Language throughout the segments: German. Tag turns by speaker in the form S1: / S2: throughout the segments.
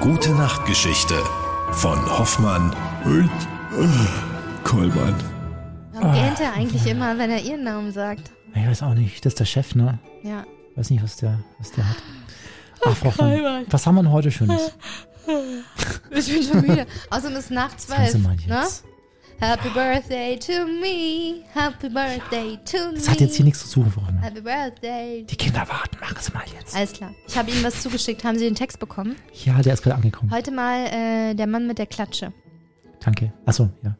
S1: Gute Nachtgeschichte von Hoffmann und äh, Kollmann.
S2: Warum
S3: Ah.
S2: gähnt er eigentlich immer, wenn er ihren Namen sagt?
S3: Ich weiß auch nicht. Das ist der Chef, ne?
S2: Ja.
S3: Ich weiß nicht, was der, was der hat. Ach, Frau Hoffmann, was haben wir denn heute Schönes?
S2: Ich bin schon müde. Außerdem ist nach
S3: Haben
S2: zwölf.
S3: Sie mal
S2: Ne?
S3: jetzt.
S2: Happy Birthday to me. Happy Birthday to me.
S3: Das hat jetzt hier nichts zu suchen, Frau Hoffmann.
S2: Happy Birthday.
S3: Die Kinder warten, mach es mal jetzt.
S2: Alles klar. Ich habe Ihnen was zugeschickt. Haben Sie den Text bekommen?
S3: Ja, der ist gerade angekommen.
S2: Heute mal äh, der Mann mit der Klatsche.
S3: Danke. Achso, ja.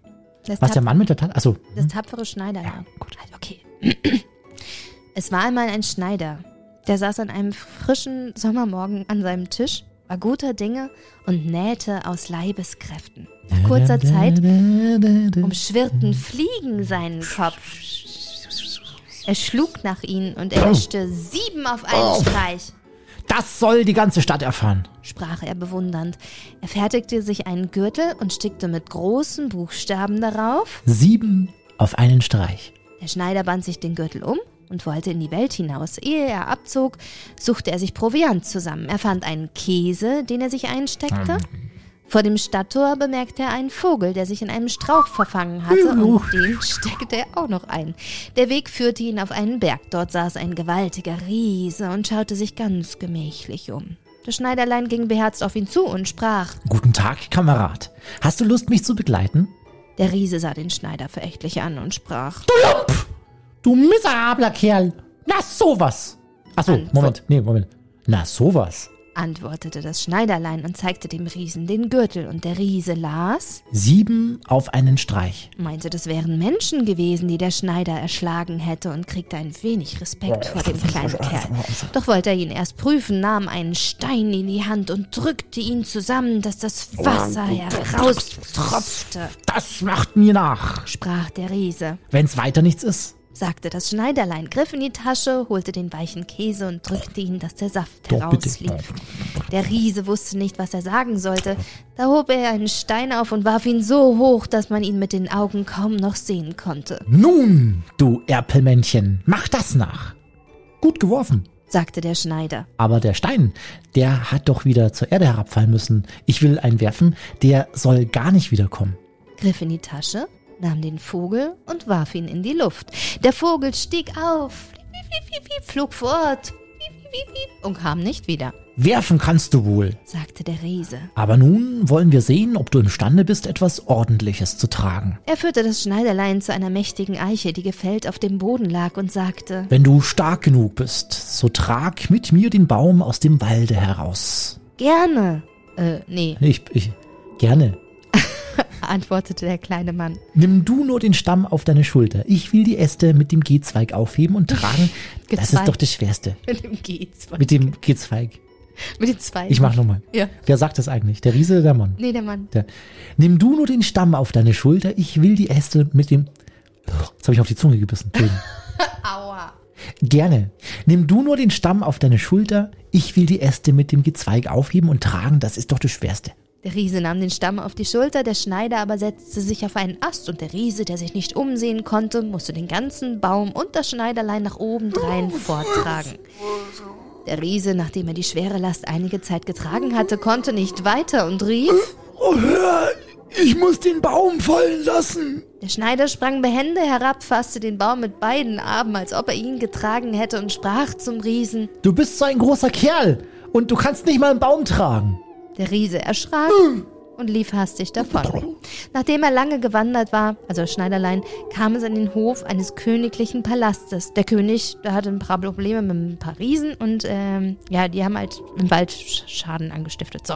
S2: Das,
S3: Was, der
S2: tap
S3: Mann mit der Tat? Achso.
S2: das tapfere Schneiderjahr.
S3: Mhm. Ja, gut.
S2: Okay. Es war einmal ein Schneider, der saß an einem frischen Sommermorgen an seinem Tisch, war guter Dinge und nähte aus Leibeskräften. Nach kurzer Zeit Um
S3: Mhm.
S2: umschwirrten Fliegen seinen Kopf. Er schlug nach ihnen und erwischte sieben auf einen Streich,
S3: Das soll die ganze Stadt erfahren.
S2: sprach er bewundernd. Er fertigte sich einen Gürtel und stickte mit großen Buchstaben darauf.
S3: Sieben auf einen Streich.
S2: Der Schneider band sich den Gürtel um und wollte in die Welt hinaus. Ehe er abzog, suchte er sich Proviant zusammen. Er fand einen Käse, den er sich einsteckte. Vor dem Stadttor bemerkte er einen Vogel, der sich in einem Strauch verfangen hatte und den steckte er auch noch ein. Der Weg führte ihn auf einen Berg. Dort saß ein gewaltiger Riese und schaute sich ganz gemächlich um. Das Schneiderlein ging beherzt auf ihn zu und sprach.
S3: Guten Tag, Kamerad. Hast du Lust, mich zu begleiten?
S2: Der Riese sah den Schneider verächtlich an und sprach.
S3: Du miserabler Kerl. Na sowas. Achso,
S2: Antwort-
S3: Moment. Nee, Moment. Na sowas.
S2: antwortete das Schneiderlein und zeigte dem Riesen den Gürtel, und der Riese las,
S3: Sieben auf einen Streich.
S2: meinte, das wären Menschen gewesen, die der Schneider erschlagen hätte, und kriegte ein wenig Respekt vor dem kleinen Kerl. Doch wollte er ihn erst prüfen, nahm einen Stein in die Hand und drückte ihn zusammen, dass das Wasser heraustropfte,
S3: Das macht mir nach.
S2: sprach der Riese,
S3: Wenn's weiter nichts ist.
S2: sagte das Schneiderlein, griff in die Tasche, holte den weichen Käse und drückte ihn, dass der Saft
S3: Doch, bitte.
S2: herauslief. Der Riese wusste nicht, was er sagen sollte. Da hob er einen Stein auf und warf ihn so hoch, dass man ihn mit den Augen kaum noch sehen konnte,
S3: Nun, du Erpelmännchen, mach das nach. Gut geworfen.
S2: sagte der Schneider.
S3: Aber der Stein, der hat doch wieder zur Erde herabfallen müssen. Ich will einen werfen, der soll gar nicht wiederkommen.
S2: Griff in die Tasche, nahm den Vogel und warf ihn in die Luft. Der Vogel stieg auf, flog fort und kam nicht wieder,
S3: Werfen kannst du wohl.
S2: sagte der Riese.
S3: Aber nun wollen wir sehen, ob du imstande bist, etwas Ordentliches zu tragen.
S2: Er führte das Schneiderlein zu einer mächtigen Eiche, die gefällt auf dem Boden lag, und sagte,
S3: Wenn du stark genug bist, so trag mit mir den Baum aus dem Walde heraus.
S2: Gerne. Äh, nee,
S3: Ich, ich, gerne.
S2: antwortete der kleine Mann.
S3: Nimm du nur den Stamm auf deine Schulter. Ich will die Äste mit dem Gehzweig aufheben und tragen. das ist
S2: Gezweig.
S3: doch das Schwerste.
S2: Mit dem G2.
S3: Mit dem Gehzweig.
S2: Mit den zwei.
S3: Ich mach nochmal.
S2: Ja.
S3: Wer sagt das eigentlich? Der Riese oder der Mann?
S2: Nee, der Mann.
S3: Der. Nimm du nur den Stamm auf deine Schulter. Ich will die Äste mit dem. Jetzt habe ich auf die Zunge gebissen. Entschuldigung.
S2: Aua.
S3: Gerne. Nimm du nur den Stamm auf deine Schulter. Ich will die Äste mit dem Gezweig aufheben und tragen. Das ist doch das Schwerste.
S2: Der Riese nahm den Stamm auf die Schulter, der Schneider aber setzte sich auf einen Ast und der Riese, der sich nicht umsehen konnte, musste den ganzen Baum und das Schneiderlein nach oben drein forttragen. Der Riese, nachdem er die schwere Last einige Zeit getragen hatte, konnte nicht weiter und rief.
S3: Oh, hör! Ich muss den Baum fallen lassen.
S2: Der Schneider sprang behende herab, fasste den Baum mit beiden Armen, als ob er ihn getragen hätte, und sprach zum Riesen.
S3: Du bist so ein großer Kerl und du kannst nicht mal einen Baum tragen.
S2: Der Riese erschrak und lief hastig davon. Nachdem er lange gewandert war, also das Schneiderlein, kam es an den Hof eines königlichen Palastes. Der König, der hatte ein paar Probleme mit ein paar Riesen und ähm, ja, die haben halt im Wald Sch- Schaden angestiftet. So,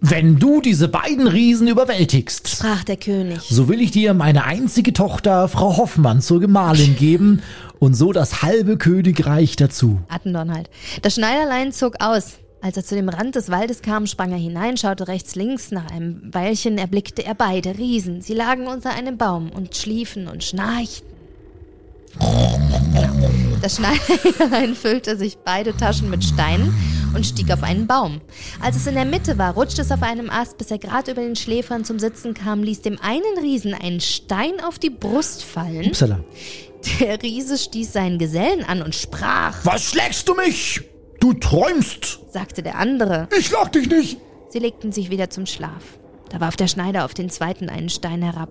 S3: Wenn du diese beiden Riesen überwältigst,
S2: sprach der König.
S3: so will ich dir meine einzige Tochter, Frau Hoffmann, zur Gemahlin geben und so das halbe Königreich dazu.
S2: Attendorn halt. Das Schneiderlein zog aus. Als er zu dem Rand des Waldes kam, sprang er hinein, schaute rechts, links. Nach einem Weilchen erblickte er beide Riesen. Sie lagen unter einem Baum und schliefen und schnarchten. Genau. Das Schneiderlein füllte sich beide Taschen mit Steinen und stieg auf einen Baum. Als es in der Mitte war, rutschte es auf einem Ast, bis er gerade über den Schläfern zum Sitzen kam, ließ dem einen Riesen einen Stein auf die Brust fallen.
S3: Upsala.
S2: Der Riese stieß seinen Gesellen an und sprach.
S3: Was schlägst du mich? Du träumst.
S2: sagte der andere.
S4: Ich schlag dich nicht!
S2: Sie legten sich wieder zum Schlaf. Da warf der Schneider auf den zweiten einen Stein herab.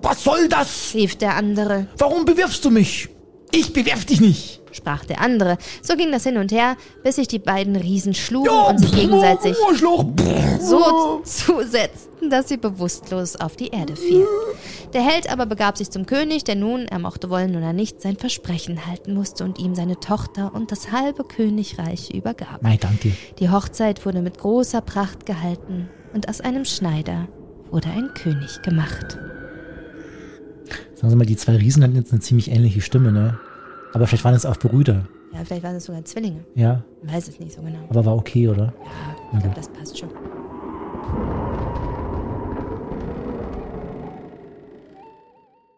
S3: Was soll das?
S2: Rief der andere,
S3: Warum bewirfst du mich? Ich bewirf dich nicht.
S2: sprach der andere. So ging das hin und her, bis sich die beiden Riesen schlugen und sich gegenseitig
S3: Oh,
S4: Arschloch!
S2: so zusetzten, dass sie bewusstlos auf die Erde fielen. Der Held aber begab sich zum König, der nun, er mochte wollen oder nicht, sein Versprechen halten musste und ihm seine Tochter und das halbe Königreich übergab.
S3: Nein, danke dir.
S2: Die Hochzeit wurde mit großer Pracht gehalten und aus einem Schneider wurde ein König gemacht.
S3: Sagen Sie mal, die zwei Riesen hatten jetzt eine ziemlich ähnliche Stimme, ne? Aber vielleicht waren es auch Brüder,
S2: Ja, vielleicht waren es sogar Zwillinge.
S3: ja?
S2: Man weiß es nicht so genau.
S3: Aber war okay, oder?
S2: Ja, ich glaube, das passt schon.